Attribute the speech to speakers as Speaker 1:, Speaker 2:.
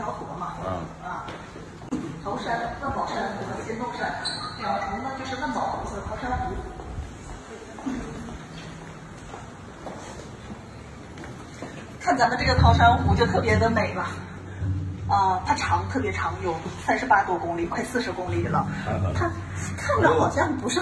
Speaker 1: 啊山万宝山湖和仙洞山，两湖呢就是万宝湖和桃山湖。 看咱们这个桃山湖就特别的美吧，啊、它长特别长，有三十八多公里，快四十公里了。它看着好像不是。